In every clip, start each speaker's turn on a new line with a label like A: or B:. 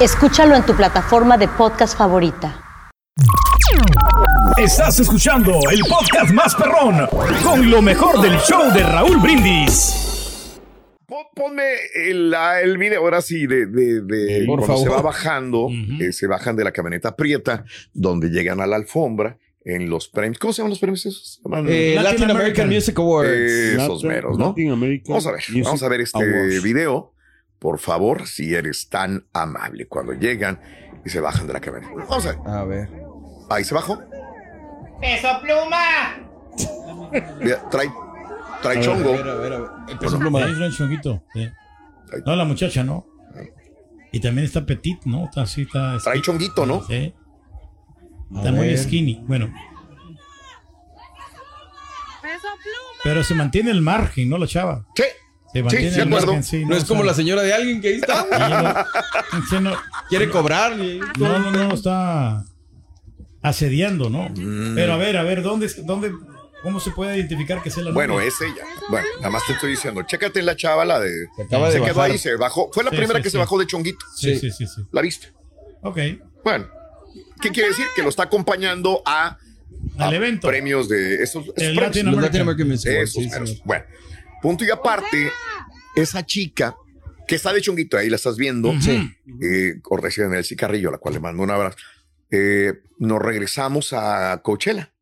A: Escúchalo en tu plataforma de podcast favorita.
B: Estás escuchando el podcast más perrón con lo mejor del show de Raúl Brindis.
C: Pon- Ponme el, la- el video ahora sí de, de- de
D: Eh, Por
C: cuando se va
D: favor.
C: bajando, eh, se bajan de la camioneta prieta, donde llegan a la alfombra en los premios. ¿Cómo se llaman los premios esos? Se llaman-
D: Eh, Latin,
B: Latin
D: American,
B: American.
D: Music Awards.
C: Eh, esos
D: Latin-
C: meros, ¿no?
D: Latin American
C: Vamos a ver,
D: Music
C: vamos a ver este
D: Awards.
C: video, por favor, si eres tan amable. Cuando llegan y se bajan de la camioneta. Vamos a ver.
D: A ver.
C: Ahí se bajó.
E: ¡Peso pluma!
C: Mira, trae, trae
D: A ver,
C: chongo.
D: a ver, a ver, a ver. El peso
C: Bueno.
D: pluma.
E: Es un chonguito. sí. No, la muchacha, ¿no? Y también está petit, ¿no? Está así, está.
C: Trae chonguito, ¿no?
E: sí.
D: A
E: Está muy
D: ver.
E: skinny. Bueno. Pero se mantiene el margen, ¿no? La chava.
C: Sí.
E: Se mantiene
C: de
E: el
C: acuerdo.
E: margen, sí.
D: No es
E: O
D: como
E: sea,
D: la señora de alguien que ahí está. güey.
E: ella no- sí, no,
D: Quiere cobrar. y-
E: no, no, no, está asediando, ¿no?
D: Mm.
E: Pero a ver, a ver, ¿dónde, es- dónde, ¿cómo se puede identificar que sea la
C: Bueno,
D: eh,
E: novia?
C: es ella. Bueno, nada más te estoy diciendo, chécate la chava, la de.
D: Se acaba
C: se
D: de
C: quedó
D: bajar.
C: ahí, se bajó. Fue la
E: Sí,
C: primera
E: sí,
C: que se
E: sí.
C: bajó de chonguito.
E: Sí, sí, sí, sí.
C: ¿La viste?
E: Ok,
C: Bueno, ¿qué quiere decir? Que lo está acompañando a, a
E: al
D: Ah,
E: evento.
C: premios de esos, esos
E: El
C: premios.
E: Latin
D: Los Latin American Music Awards,
C: Esos
D: sí,
C: meros.
D: sí.
C: Bueno, punto y aparte, esa chica que está de chonguito, ahí la estás viendo, eh, o recién en el cigarrillo, a la cual le mando un abrazo. eh, nos regresamos a Coachella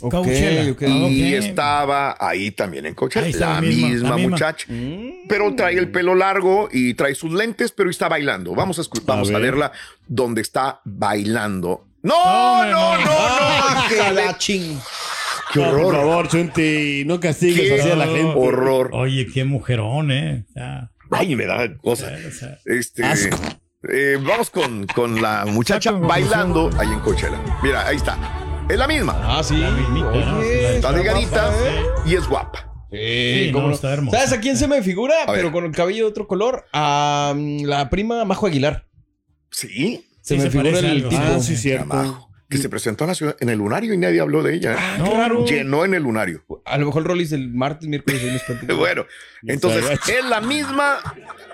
D: Ok,
E: Coachella.
D: ok.
E: Ah,
C: y
E: ok.
C: estaba ahí también en Coachella,
E: Ahí está
C: la,
E: la misma,
C: misma,
E: la misma.
C: muchacha, pero trae el pelo largo y trae sus lentes, pero está bailando. Vamos a, escu- vamos a,
D: ver.
C: verla donde está bailando. No, no, no, no.
D: Ah, que la ching.
C: Qué horror,
B: favor, Chunti, no castigues
C: qué horror.
E: Oye, qué mujerón, ¿eh? Ya,
C: Ay, me da cosa.
E: o sea,
C: Este,
B: Asco.
C: eh, vamos con, con la muchacha
E: Saca,
C: bailando ahí en Coachella. Mira, ahí está. Es la misma.
D: Ah, sí.
E: mismita, ¿no?
D: Oye,
C: Está delgadita
D: guapa, ¿eh?
C: y es guapa.
D: Sí,
E: Sí,
D: cómo
E: no,
D: no.
E: está hermosa.
D: ¿Sabes a quién se me figura?
C: ver.
D: Pero con el cabello de otro color. A mm, la prima Majo Aguilar.
C: Sí,
D: Se
E: Sí,
D: me
E: se
D: figura
E: parece
D: el
E: algo.
D: tipo.
E: Ah,
B: sí, cierto.
C: Camajo, que se presentó en la ciudad, en el lunario y nadie habló de ella. ¿eh?
E: No, claro.
C: Llenó en el lunario.
D: A lo mejor el Rollis el martes, miércoles. ahí nos platica.
C: Bueno, entonces es la misma.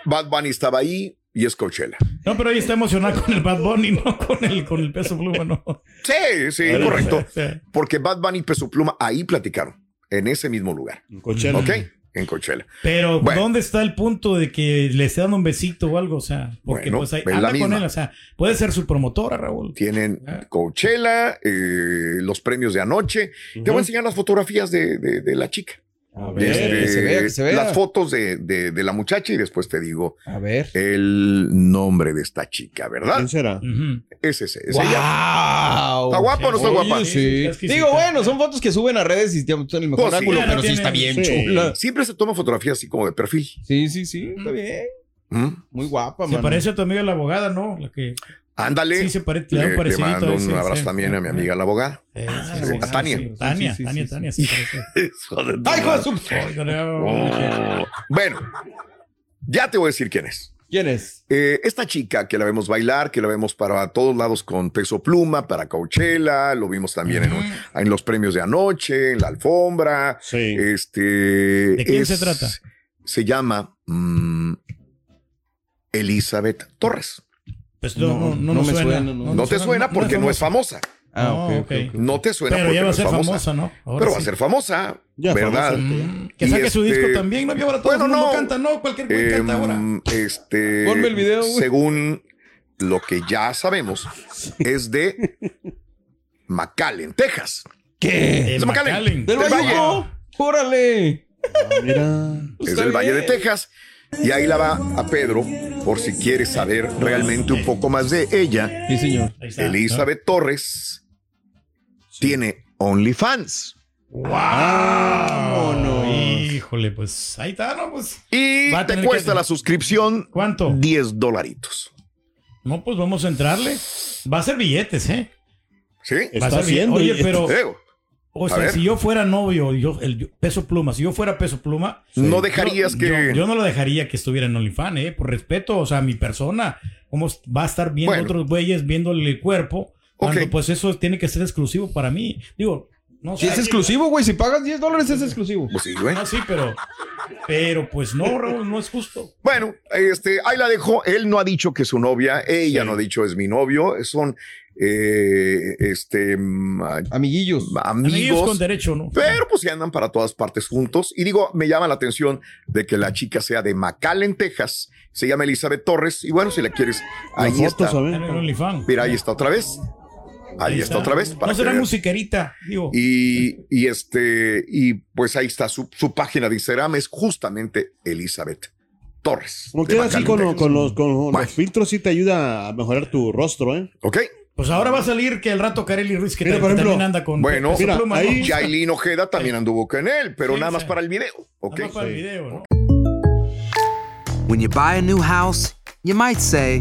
C: Bad Bunny estaba ahí y es Coachella.
E: No, pero ella está emocionada con el Bad Bunny, no con el, con el peso pluma, no.
C: Sí, sí, correcto.
E: Sí.
C: Porque Bad Bunny y Peso Pluma ahí platicaron, en ese mismo lugar. ¿Ok? En Coachella.
E: Pero,
C: Bueno.
E: ¿dónde está el punto de que le esté dando un besito o algo? O sea, porque
C: Bueno,
E: pues ahí
C: es la
E: anda con
C: misma.
E: él, o sea, puede ser su promotora, Raúl.
C: Tienen
E: Ah.
C: Coachella, eh, los premios de anoche. Te voy a enseñar las fotografías de, de- de la chica.
D: A ver, que se
C: Este,
D: vea, que se vea.
C: Las fotos de, de- de la muchacha y después te digo
D: A ver.
C: el nombre de esta chica, ¿verdad?
D: Ah.
B: será?
E: Ujú.
C: Es ese, es ella.
D: ¡Wow!
C: ¿Está guapa o no está
D: Oye,
C: guapa?
D: Sí.
E: Está
D: Digo,
E: exquisita.
D: bueno, son fotos que suben a redes y tienen el mejor
C: Pues sí.
D: ángulo,
C: Claro,
D: pero sí
E: tiene-
D: está bien
B: sí.
D: chula.
C: Siempre se toma fotografías así como de perfil.
D: Sí, sí, sí. Está bien.
C: ¿Mm?
D: Muy guapa,
E: Se
D: mano.
E: parece a tu amiga la abogada, ¿no? La que
C: Ándale.
E: sí se parece, le da
C: Le,
E: un
C: le
E: parecidito
C: mando
E: ahí,
C: un
E: sí,
C: abrazo
E: sí.
C: también a mi amiga la abogada.
E: Eh,
D: Ah,
E: sí,
C: la abogada,
E: Tania.
D: sí, sí,
E: Tania,
D: sí, sí,
E: Tania,
D: sí,
E: Tania,
D: sí.
E: sí parece.
C: Eso de-
D: ¡Ay, hijo de su-
E: Ay, no, no, no, no, no.
C: Oh. Bueno, ya te voy a decir quién es.
D: ¿Quién es?
C: Eh, esta chica que la vemos bailar, que la vemos para todos lados con peso pluma, para Coachella, lo vimos también en, un- en los premios de anoche, en la alfombra.
D: Sí.
C: Este,
E: ¿De quién se trata?
C: Se llama mm, Elizabeth Torres.
E: Pues no, no, no,
D: no
E: nos
D: me
E: suena.
D: suena, no.
E: no
C: No,
E: nos
C: te
E: suena,
C: suena
E: no
C: porque no es
E: famosa.
C: famosa.
D: Ah,
E: No,
D: ok.
E: ok,
D: ok, ok.
C: No te suena
E: Pero
C: porque
E: ya va
C: no
E: a
C: es
E: ser famosa,
C: famosa.
E: ¿no? Ahora
C: Pero va a
E: sí.
C: ser famosa,
D: Ya es
C: ¿verdad?
D: famosa, ahorita
E: Mm, Que saque
C: Y
E: su disco
C: este-
E: también, ¿no? Que ahora todo el
C: Bueno,
E: mundo
C: no.
E: canta, ¿no? Eh, mm, Cualquier güey canta ahora.
C: Em, Este,
D: Ponme el video, güey.
C: Según lo que ya sabemos, es de McAllen, Texas.
E: El
C: es Macalén.
E: Macalén.
D: ¡Del
C: Del
D: Vallejo! ¡Órale!
C: es del Valle de Texas. Y ahí la va a Pedro, por si quieres saber realmente un poco más de ella.
D: Sí, señor.
E: Ahí está.
C: Elizabeth Torres tiene OnlyFans.
E: No, Híjole, pues ahí está, ¿no? Pues,
C: Y
E: Va a
C: te
E: tener
C: cuesta
E: que-
C: la suscripción
E: ¿cuánto?
C: 10 dolaritos.
E: No, pues vamos a entrarle. Va a ser billetes, ¿eh?
C: ¿Sí?
E: Va a
B: Está
E: ser billetes.
B: haciendo
E: Oye,
B: billetes.
E: pero,
C: Te digo,
E: o
C: A
E: sea,
C: ver.
E: si yo fuera novio, yo, el yo- peso pluma, si yo fuera peso pluma.
C: No dejarías
E: yo-
C: que-
E: Yo, yo no lo dejaría que estuviera en OnlyFans, ¿eh? Por respeto, o sea, a mi persona. ¿Cómo va a estar viendo
C: Bueno.
E: otros güeyes viéndole el cuerpo? Cuando,
C: Ok.
E: pues eso tiene que ser exclusivo para mí. Digo, no
D: Si
E: sé.
D: es exclusivo, güey, si pagas 10 dólares es exclusivo.
C: pues sí, güey.
E: No, sí, pero. Pero pues no, Raúl, no es justo.
C: Bueno, este, ahí la dejo. Él no ha dicho que es su novia, ella no ha dicho es mi novio. Son eh, este, mm, a-
D: Amiguillos.
E: Amigos con
C: amigos.
E: derecho, ¿no?
C: Pero pues ya andan para todas partes juntos. Y digo, me llama la atención de que la chica sea de McAllen, Texas. Se llama Elizabeth Torres. Y bueno, si la quieres, ahí está.
E: En el OnlyFans.
C: Mira, ahí está otra vez. Ahí, está. otra vez. para
E: no
C: que
E: será
C: veas.
E: musiquerita, digo.
C: Y, y este, y pues ahí está su, su página de Instagram, es justamente Elizabeth Torres.
F: No
C: de
F: queda así
C: McAllen,
F: con, lo-
C: Texas.
F: con los, con los
C: Bueno.
F: filtros, sí te ayuda a mejorar tu rostro, ¿eh?
C: Ok,
E: Pues ahora va a salir que el rato Carelli Ruiz, que
F: Mira,
E: tam-
F: por ejemplo,
E: también anda con
C: bueno,
E: con su
F: mira,
E: pluma,
F: ahí-
E: ¿no?
C: Yailin Ojeda también anduvo con él, pero
E: Sí,
C: nada más
E: sí.
C: para el video. Ok.
E: Nada más para el video, ¿no?
G: When you buy a new house, you might say,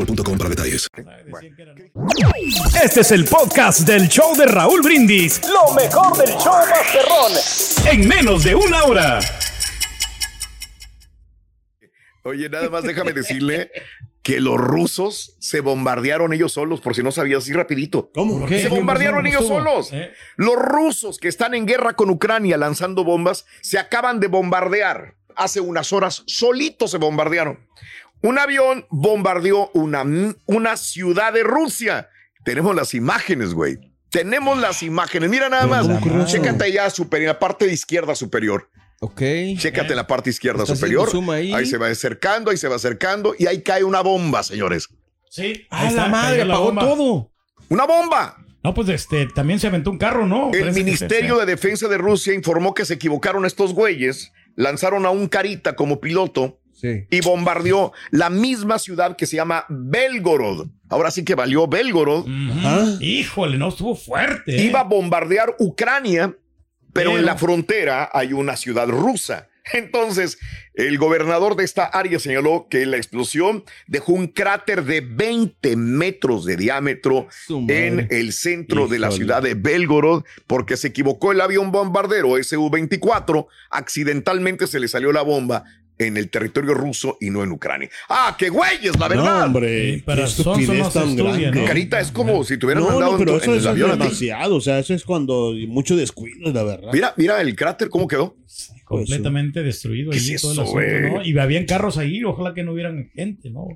H: para detalles.
B: Este es el podcast del show de Raúl Brindis. Lo mejor del show Masterrón. En menos de una hora.
C: Oye, nada más déjame decirle que los rusos se bombardearon ellos solos, por si no sabías, así rapidito.
F: ¿Cómo?
E: ¿Qué?
C: Se bombardearon
E: ¿Cómo
C: ellos
E: estuvo?
C: solos.
E: ¿Eh?
C: Los rusos que están en guerra con Ucrania lanzando bombas se acaban de bombardear. Hace unas horas solitos se bombardearon. Un avión bombardeó una, una ciudad de Rusia. Tenemos las imágenes, güey. Tenemos las imágenes. Mira nada
D: Pero
C: más.
D: ¿cómo ocurrió eso?
C: Chécate allá superior, en la parte de izquierda superior.
D: Ok.
C: Chécate la parte izquierda
D: Está
C: superior.
D: haciendo zoom ahí.
C: ahí se va acercando, ahí se va acercando y ahí cae una bomba, señores.
E: Sí. ahí
D: ¡Ah,
E: está,
D: la madre!
E: cayó la
D: Apagó
E: bomba.
D: todo.
C: ¡Una bomba!
E: No, pues este, también se aventó un carro, ¿no?
C: El Ministerio de Defensa de Rusia informó que se equivocaron estos güeyes, lanzaron a un carita como piloto
D: Sí.
C: y bombardeó la misma ciudad que se llama Belgorod. Ahora sí que valió Belgorod.
E: Híjole, no, estuvo fuerte. ¿eh?
C: Iba a bombardear Ucrania, pero
E: Pero-
C: en la frontera hay una ciudad rusa. Entonces, el gobernador de esta área señaló que la explosión dejó un cráter de 20 metros de diámetro
D: Su madre.
C: en el centro de la
D: Híjole.
C: ciudad de Belgorod porque se equivocó el avión bombardero SU-24. Accidentalmente se le salió la bomba en el territorio ruso y no en Ucrania. ¡Ah, qué güeyes,
F: No,
C: la verdad!
F: hombre.
E: Sí, para
F: qué
E: sonso no
F: estupidez
E: se
F: tan
E: estudia,
F: grande.
E: ¿no?
C: Carita, es como si te hubieran
F: No,
C: mandado
F: no,
C: en
F: pero
C: tu-
F: eso,
C: en el
F: eso es
C: avión a ti.
F: demasiado. O sea, eso es cuando mucho descuido, la verdad.
C: Mira, mira el cráter, ¿cómo quedó?
E: Completamente destruido
C: Pues, ¿Qué
E: allí
C: es
E: todo el
C: eso,
E: asunto,
C: güey?
E: ¿no? Y habían carros ahí, ojalá que no hubieran gente, ¿no?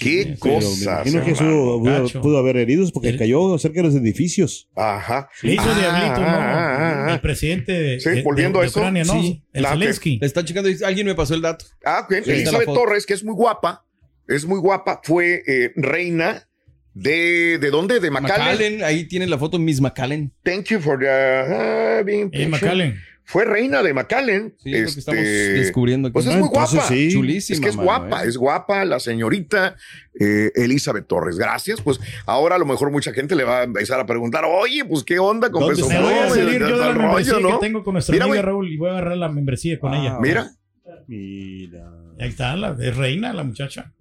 C: Qué
F: Pero me
C: cosas.
F: imagino que
C: hermano.
F: eso pudo,
C: Gacho.
F: pudo haber heridos porque cayó cerca de los edificios.
C: Ajá.
E: Le hizo diablito, ¿no?
C: ah,
E: el presidente de,
C: Sí,
E: de-
C: volviendo a
E: de- de
C: eso,
E: Ucrania, ¿no?
C: sí,
E: el
C: la que-
E: Zelensky.
D: Están checando. dice, Alguien me pasó el dato.
C: Ah, ok.
D: Sí, está la
C: Elizabeth
D: foto.
C: Torres, que es muy guapa, es muy guapa, fue eh, reina de, ¿de dónde? De McAllen.
D: McAllen, ahí tienen la foto, Miss McAllen.
C: Thank you for the, ah, being
D: Eh,
C: patient.
D: McAllen.
C: Fue reina de McAllen.
D: Sí, es lo que estamos
C: Este,
D: descubriendo aquí.
C: Pues es
D: Ah,
C: muy
D: entonces
C: guapa.
D: sí. Chulísima,
C: Es que es
D: mano,
C: guapa,
D: ¿eh?
C: es guapa la señorita eh, Elizabeth Torres. Gracias. Pues ahora a lo mejor mucha gente le va a empezar a preguntar, oye, pues qué onda con
E: ¿Dónde
C: Peso
E: está? Me voy a
C: Pluma?
E: salir yo de la
C: Tal rollo,
E: membresía
C: ¿no?
E: que tengo con nuestra
C: Mira,
E: amiga
C: güey, Ah.
E: Raúl y voy a agarrar la membresía con ella.
C: Mira.
E: Ahí está, la, es reina la muchacha.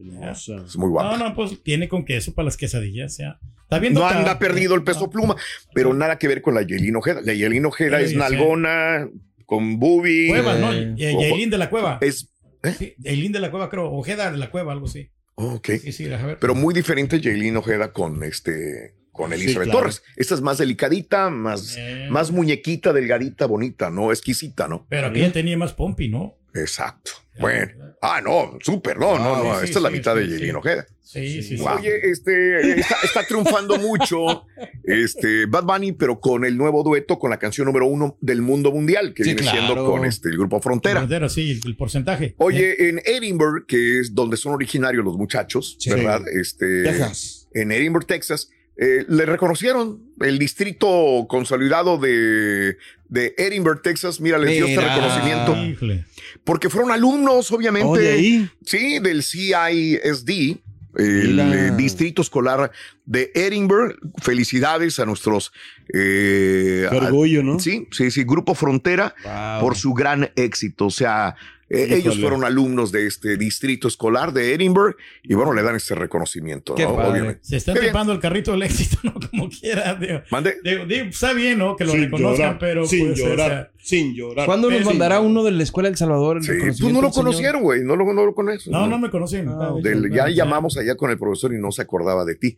C: Es muy guapa.
E: No, no, pues tiene con queso para las quesadillas. Ya. Está viendo
C: No
E: acá.
C: anda perdido el peso pluma, pero nada que ver con la Yelena Ojeda. La Yelena Ojeda
E: Sí,
C: es
E: sí.
C: nalgona, con bubi.
E: Cueva, ¿no?
C: Eh,
E: Y- Yailin de la Cueva.
C: Es.
E: Sí, Yailin de la Cueva, creo. Ojeda de la Cueva, algo así.
C: oh, Ok.
E: Sí, sí, a ver.
C: Pero muy diferente Yelena Ojeda con este. Con
E: Sí,
C: Elizabeth
E: claro. Eh.
C: Torres. Esta es más delicadita, más, más muñequita, delgadita, bonita, ¿no? Exquisita, ¿no?
E: Pero aquella tenía más pompi, ¿no?
C: Exacto. Bueno. Ah, no, súper, no, no,
E: Ah,
C: no. Esta
E: sí, sí,
C: es la
E: sí,
C: mitad de
E: sí,
C: Yelena
E: sí.
C: Ojeda.
E: Sí, sí, sí.
C: Wow. Oye, este, está, está triunfando mucho este, Bad Bunny, pero con el nuevo dueto, con la canción número uno del mundo mundial, que
E: Sí,
C: viene siendo
E: claro.
C: con este, el grupo Frontera.
E: Frontera, sí, el- el porcentaje.
C: Oye, en Edinburgh, que es donde son originarios los muchachos,
E: Sí.
C: ¿verdad? Este,
E: Texas.
C: En Edinburgh, Texas, eh, le reconocieron el distrito consolidado de, de Edinburgh, Texas. Mira, les dio este
E: Mira. Eh,
C: reconocimiento. Porque fueron alumnos, obviamente.
E: Oh, ¿de ahí?
C: Sí, del CISD. El eh, Distrito Escolar de Edinburgh. Felicidades a nuestros. Eh,
F: Qué
C: a-
F: orgullo, ¿no?
C: Sí, sí, sí. Grupo Frontera por su gran éxito. O sea, eh,
F: Híjole.
C: ellos fueron alumnos de este Distrito Escolar de Edinburgh y bueno, le dan este reconocimiento, ¿no? Obviamente.
E: Se están trepando el carrito del éxito, ¿no? Como quiera. Digo,
C: Mande.
E: Digo, digo, está bien, ¿no? Que lo
F: Sin
E: reconozcan,
F: llorar,
E: pero.
F: sin
E: pues, o
F: llorar,
E: sea,
F: sin llorar.
D: ¿Cuándo nos
E: Sí.
D: mandará uno de la Escuela del Salvador? el
C: Sí, tú
D: reconocimiento
C: no lo
D: al señor?
C: conocieron, güey. No lo, no lo conoces.
E: no, no me conocen.
F: Ah,
C: Del- ya llamamos allá con el profesor y no se acordaba de ti.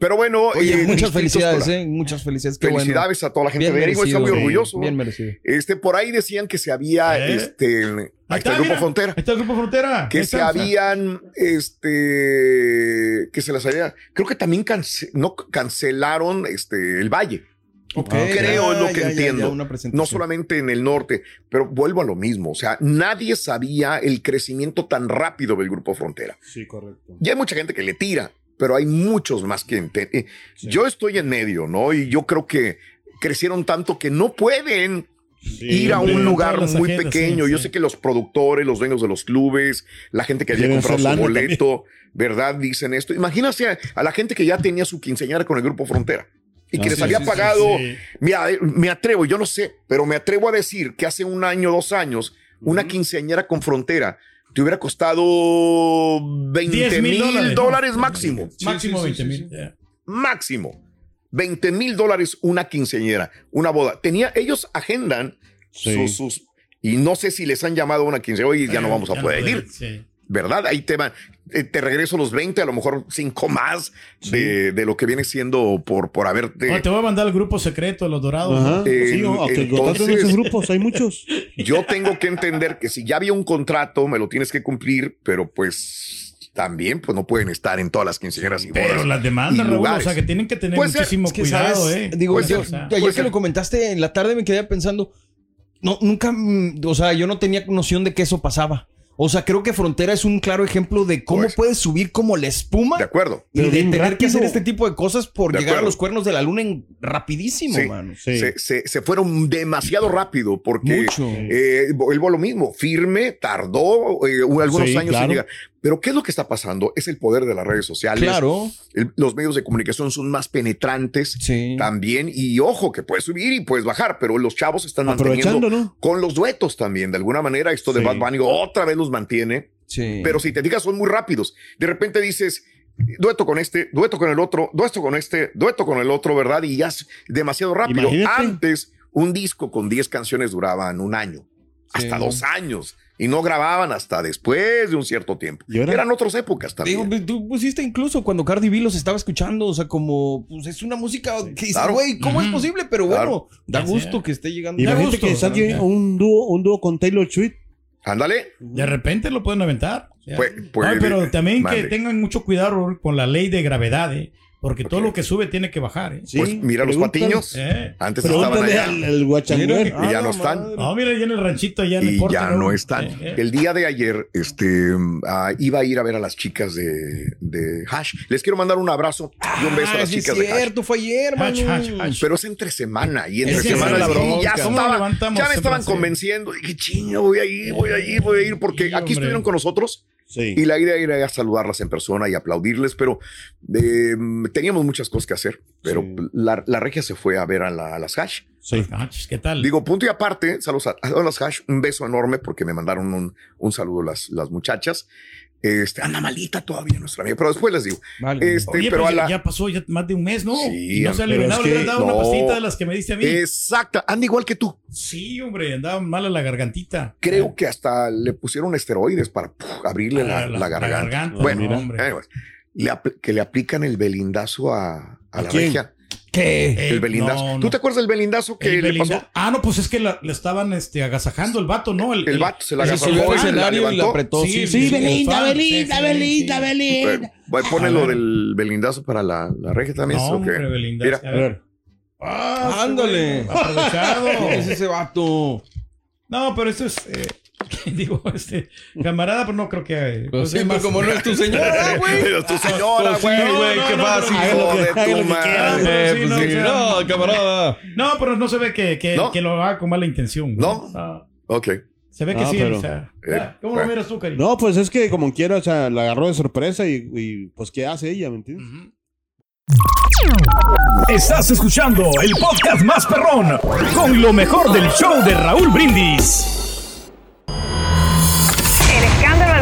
C: Pero bueno,
D: Oye,
C: eh,
D: muchas
C: Distrito
D: felicidades,
C: Escolar.
D: ¿eh? Muchas felicidades. qué bueno.
C: Felicidades a toda la gente
D: Bien
C: de Edinburgh. Estoy muy
D: merecido,
C: orgulloso.
D: Bien merecido.
C: Este, por ahí decían que se había
E: ¿Eh?
C: este, ahí está el grupo Frontera,
E: Está el Grupo Frontera.
C: que
E: Ahí
C: se
E: está,
C: habían este que se las había, creo que también cance- no cancelaron este el Valle. Creo
D: Ah,
C: es lo que
D: ya, ya, ya,
C: entiendo.
D: una presentación.
C: no solamente en el norte, pero vuelvo a lo mismo. O sea, nadie sabía el crecimiento tan rápido del Grupo Frontera.
F: Sí, correcto.
C: Ya hay mucha gente que le tira, pero hay muchos más que... ente- eh, Yo estoy en medio, ¿no? Y yo creo que crecieron tanto que no pueden ir a
F: hombre,
C: un
F: en
C: lugar
F: todas las
C: muy
F: agendas,
C: pequeño.
F: sí,
C: yo
F: sí.
C: sé que los productores, los dueños de los clubes, la gente que había
F: Quieren
C: comprado
F: hacer lana
C: su boleto, ¿verdad? Dicen esto. Imagínense a, a la gente que ya tenía su quinceañera con el Grupo Frontera. Y que
F: Ah,
C: les
F: sí,
C: había
F: sí, sí,
C: pagado,
F: sí.
C: mira, eh, me atrevo, yo no sé, pero me atrevo a decir que hace un año, dos años, una quinceañera con frontera te hubiera costado 20
E: 10,000
C: mil
E: dólares,
C: dólares
E: ¿no?
C: máximo.
E: Máximo 20 mil.
C: Máximo. 20 mil dólares una quinceañera, una boda. Tenía, ellos agendan
F: Sí.
C: sus, sus- y no sé si les han llamado a una quinceañera, oye,
E: Eh,
C: ya no vamos a poder ir.
E: Sí.
C: ¿verdad? Ahí te van, eh, te regreso los 20, a lo mejor 5 más de, de lo que viene siendo por, por haberte.
E: Oye, Ah, te voy a mandar el grupo secreto, los dorados.
C: Ajá.
E: ¿no?
C: Eh,
F: Sí, o- aunque
C: entonces-
F: contraten muchos grupos, hay muchos.
C: Yo tengo que entender que si ya había un contrato, me lo tienes que cumplir, pero pues también pues no pueden estar en todas las quinceañeras y
E: Pero
C: bodas
E: las demandas,
C: y
E: Raúl, o
C: lugares. Pues, eh,
E: sea que tienen que tener
D: Pues,
C: Puede ser.
E: muchísimo
C: Es que,
E: cuidado,
C: ¿sabes?
E: ¿eh?
D: Digo,
E: Puede
D: yo,
E: ser, o sea,
D: ayer que lo comentaste en la tarde me quedé pensando, no, nunca, mm, o sea, yo no tenía noción de que eso pasaba. O sea, creo que Frontera es un claro ejemplo de cómo puedes subir como la espuma.
C: De acuerdo.
D: Y de
F: Pero bien
D: tener que
F: rápido.
D: hacer este tipo de cosas por
C: De
D: llegar a
C: acuerdo.
D: los cuernos de la luna en rapidísimo,
C: Sí,
D: mano.
C: Se, se- se fueron demasiado rápido porque
D: Mucho.
C: eh, vuelvo a lo mismo, firme, tardó eh, un- algunos
F: Sí,
C: años
F: claro.
C: en llegar. Pero ¿qué es lo que está pasando? Es el poder de las redes sociales.
D: Claro.
C: El- los medios de comunicación son más penetrantes también y ojo que puedes subir y puedes bajar, pero los chavos están manteniendo
F: Aprovechando, ¿no?
C: con los duetos también. De alguna manera esto de
F: Sí.
C: Bad Bunny otra vez los mantiene.
D: Sí.
C: Pero si te digas, son muy rápidos. De repente dices, dueto con este, dueto con el otro, dueto con este, dueto con el otro, ¿verdad? Y ya es demasiado rápido.
F: Imagínate.
C: Antes, un disco con 10 canciones duraban un año, hasta dos años, y no grababan hasta después de un cierto tiempo. Eran otras épocas también.
D: Digo, pues, tú pusiste incluso cuando Cardi B los estaba escuchando, o sea, como, pues es una música que dices,
C: Claro.
D: güey, ¿cómo es
C: Ujú.
D: posible? Pero
C: Claro.
D: bueno, da
C: Ya
D: gusto que esté llegando. Da
F: Imagínate
D: gusto,
F: que
D: o sea,
F: salga un dúo, un dúo con Taylor Swift.
C: Ándale.
E: De repente lo pueden aventar.
C: Pues- pues-
E: Ay, pero también
C: Mande.
E: que tengan mucho cuidado Raúl, con la ley de gravedad, ¿eh? porque todo lo que sube tiene que bajar. ¿eh?
C: Pues mira los patiños.
E: ¿Eh?
C: Antes estaban
E: Pregúntale
C: allá.
E: al-
C: y
E: Mira que-
C: ya no
E: Ah,
C: están.
E: No, mira, ya en el ranchito ya
C: y
E: Porta,
C: ya
E: Raúl.
C: no están.
E: Eh, eh.
C: El día de ayer este, ah, iba a ir a ver a las chicas de, de Hash. Les quiero mandar un abrazo y un beso a
D: Ah,
C: las
D: sí es
C: chicas de Hash.
D: cierto, fue ayer, mano.
C: Pero es entre semana y entre
D: Es que esa
C: semana
D: es la
C: sí,
D: bronca.
C: ya,
D: ¿Cómo
C: estaba-
D: levantamos
C: ya me estaban
D: temprano? Sí.
C: convenciendo. Dije, chingo, voy a ir, voy a ir, voy a ir, porque aquí
D: hombre.
C: estuvieron con nosotros. Y la idea era ir a saludarlas en persona y aplaudirles, pero eh, teníamos muchas cosas que hacer. Pero la, la regia se fue a ver a, la- a las Hash.
E: Ah, pues, ¿Qué tal?
C: Digo, punto y aparte, saludos a, a las Hash, un beso enorme porque me mandaron un, un saludo las, las muchachas. Este, anda malita todavía nuestra amiga, pero después les digo. Este,
E: Mm. Oye,
C: pero
E: pues
C: a
E: ya,
C: la,
E: ya pasó ya más de un mes, ¿no?
C: Sí,
E: Y no se ha
C: pero
E: liberado,
C: es
E: le
C: que-
E: han dado una
C: no.
E: pastita de las que me diste a mí.
C: Exacta, anda igual que tú.
E: Sí, hombre, andaba mala la gargantita.
C: Creo que hasta le pusieron esteroides para puf, abrirle la,
E: Eh. La- la-
C: la
E: la
C: garganta.
E: garganta,
C: Bueno,
E: no, hombre.
C: anyways, le apl- que le aplican el belindazo a, a la
E: quién?
C: regia.
E: ¿Qué?
C: El belindazo.
E: eh, No, no.
C: ¿Tú te acuerdas del belindazo que le
E: El Belinda-
C: pasó?
E: Ah, no, pues es que la- le estaban este, agasajando el vato, ¿no? El,
C: El vato se la
E: el-
C: agasajó
E: el-
C: y
E: el-
C: Este, la levantó. Sí, sí,
E: el-
C: Belinda,
E: el fan,
I: Belinda,
E: sí, sí,
I: Belinda,
E: sí.
I: Belinda.
C: Bueno,
E: A
C: Pone Pues, lo
E: ver.
C: del belindazo para la, la regia también.
E: No,
C: ¿o qué?
E: hombre, Belinda,
C: Mira,
E: a ver. Ah,
D: Ándale.
E: Aprovechado.
D: ¿Qué es ese vato?
E: No, pero esto es. eh, digo, este. Camarada, pero no creo que. eh,
D: Pues sí,
E: hay
D: pero como no es tu señora, güey.
C: Pero tu señora,
D: Pues sí,
C: güey.
D: güey,
C: No,
D: qué
C: no,
D: fácil,
C: no,
D: hijo
C: no,
D: de
C: no,
D: tu
C: haga lo que
D: madre.
C: quiera,
D: Eh,
E: pero sí,
D: pues
E: no,
D: sí.
E: o sea,
D: No, camarada.
E: No, pero no se ve que, que, que lo haga con mala intención. No.
C: Ok.
E: Se ve que
F: No,
E: sí.
F: pero-
E: o sea, ah,
F: Eh,
E: ¿Cómo lo
F: bueno.
E: miras tú, Cari?
F: No, pues es que como quiera, o sea, la agarró de sorpresa y, y, pues ¿qué hace ella, me entiendes?
B: Estás escuchando el podcast más perrón con lo mejor del show de Raúl Brindis.
J: El escándalo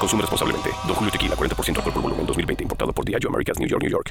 K: Consume responsablemente. Don Julio Tequila, 40% alcohol por volumen, 2020. Importado por Diageo Americas, New York, New York.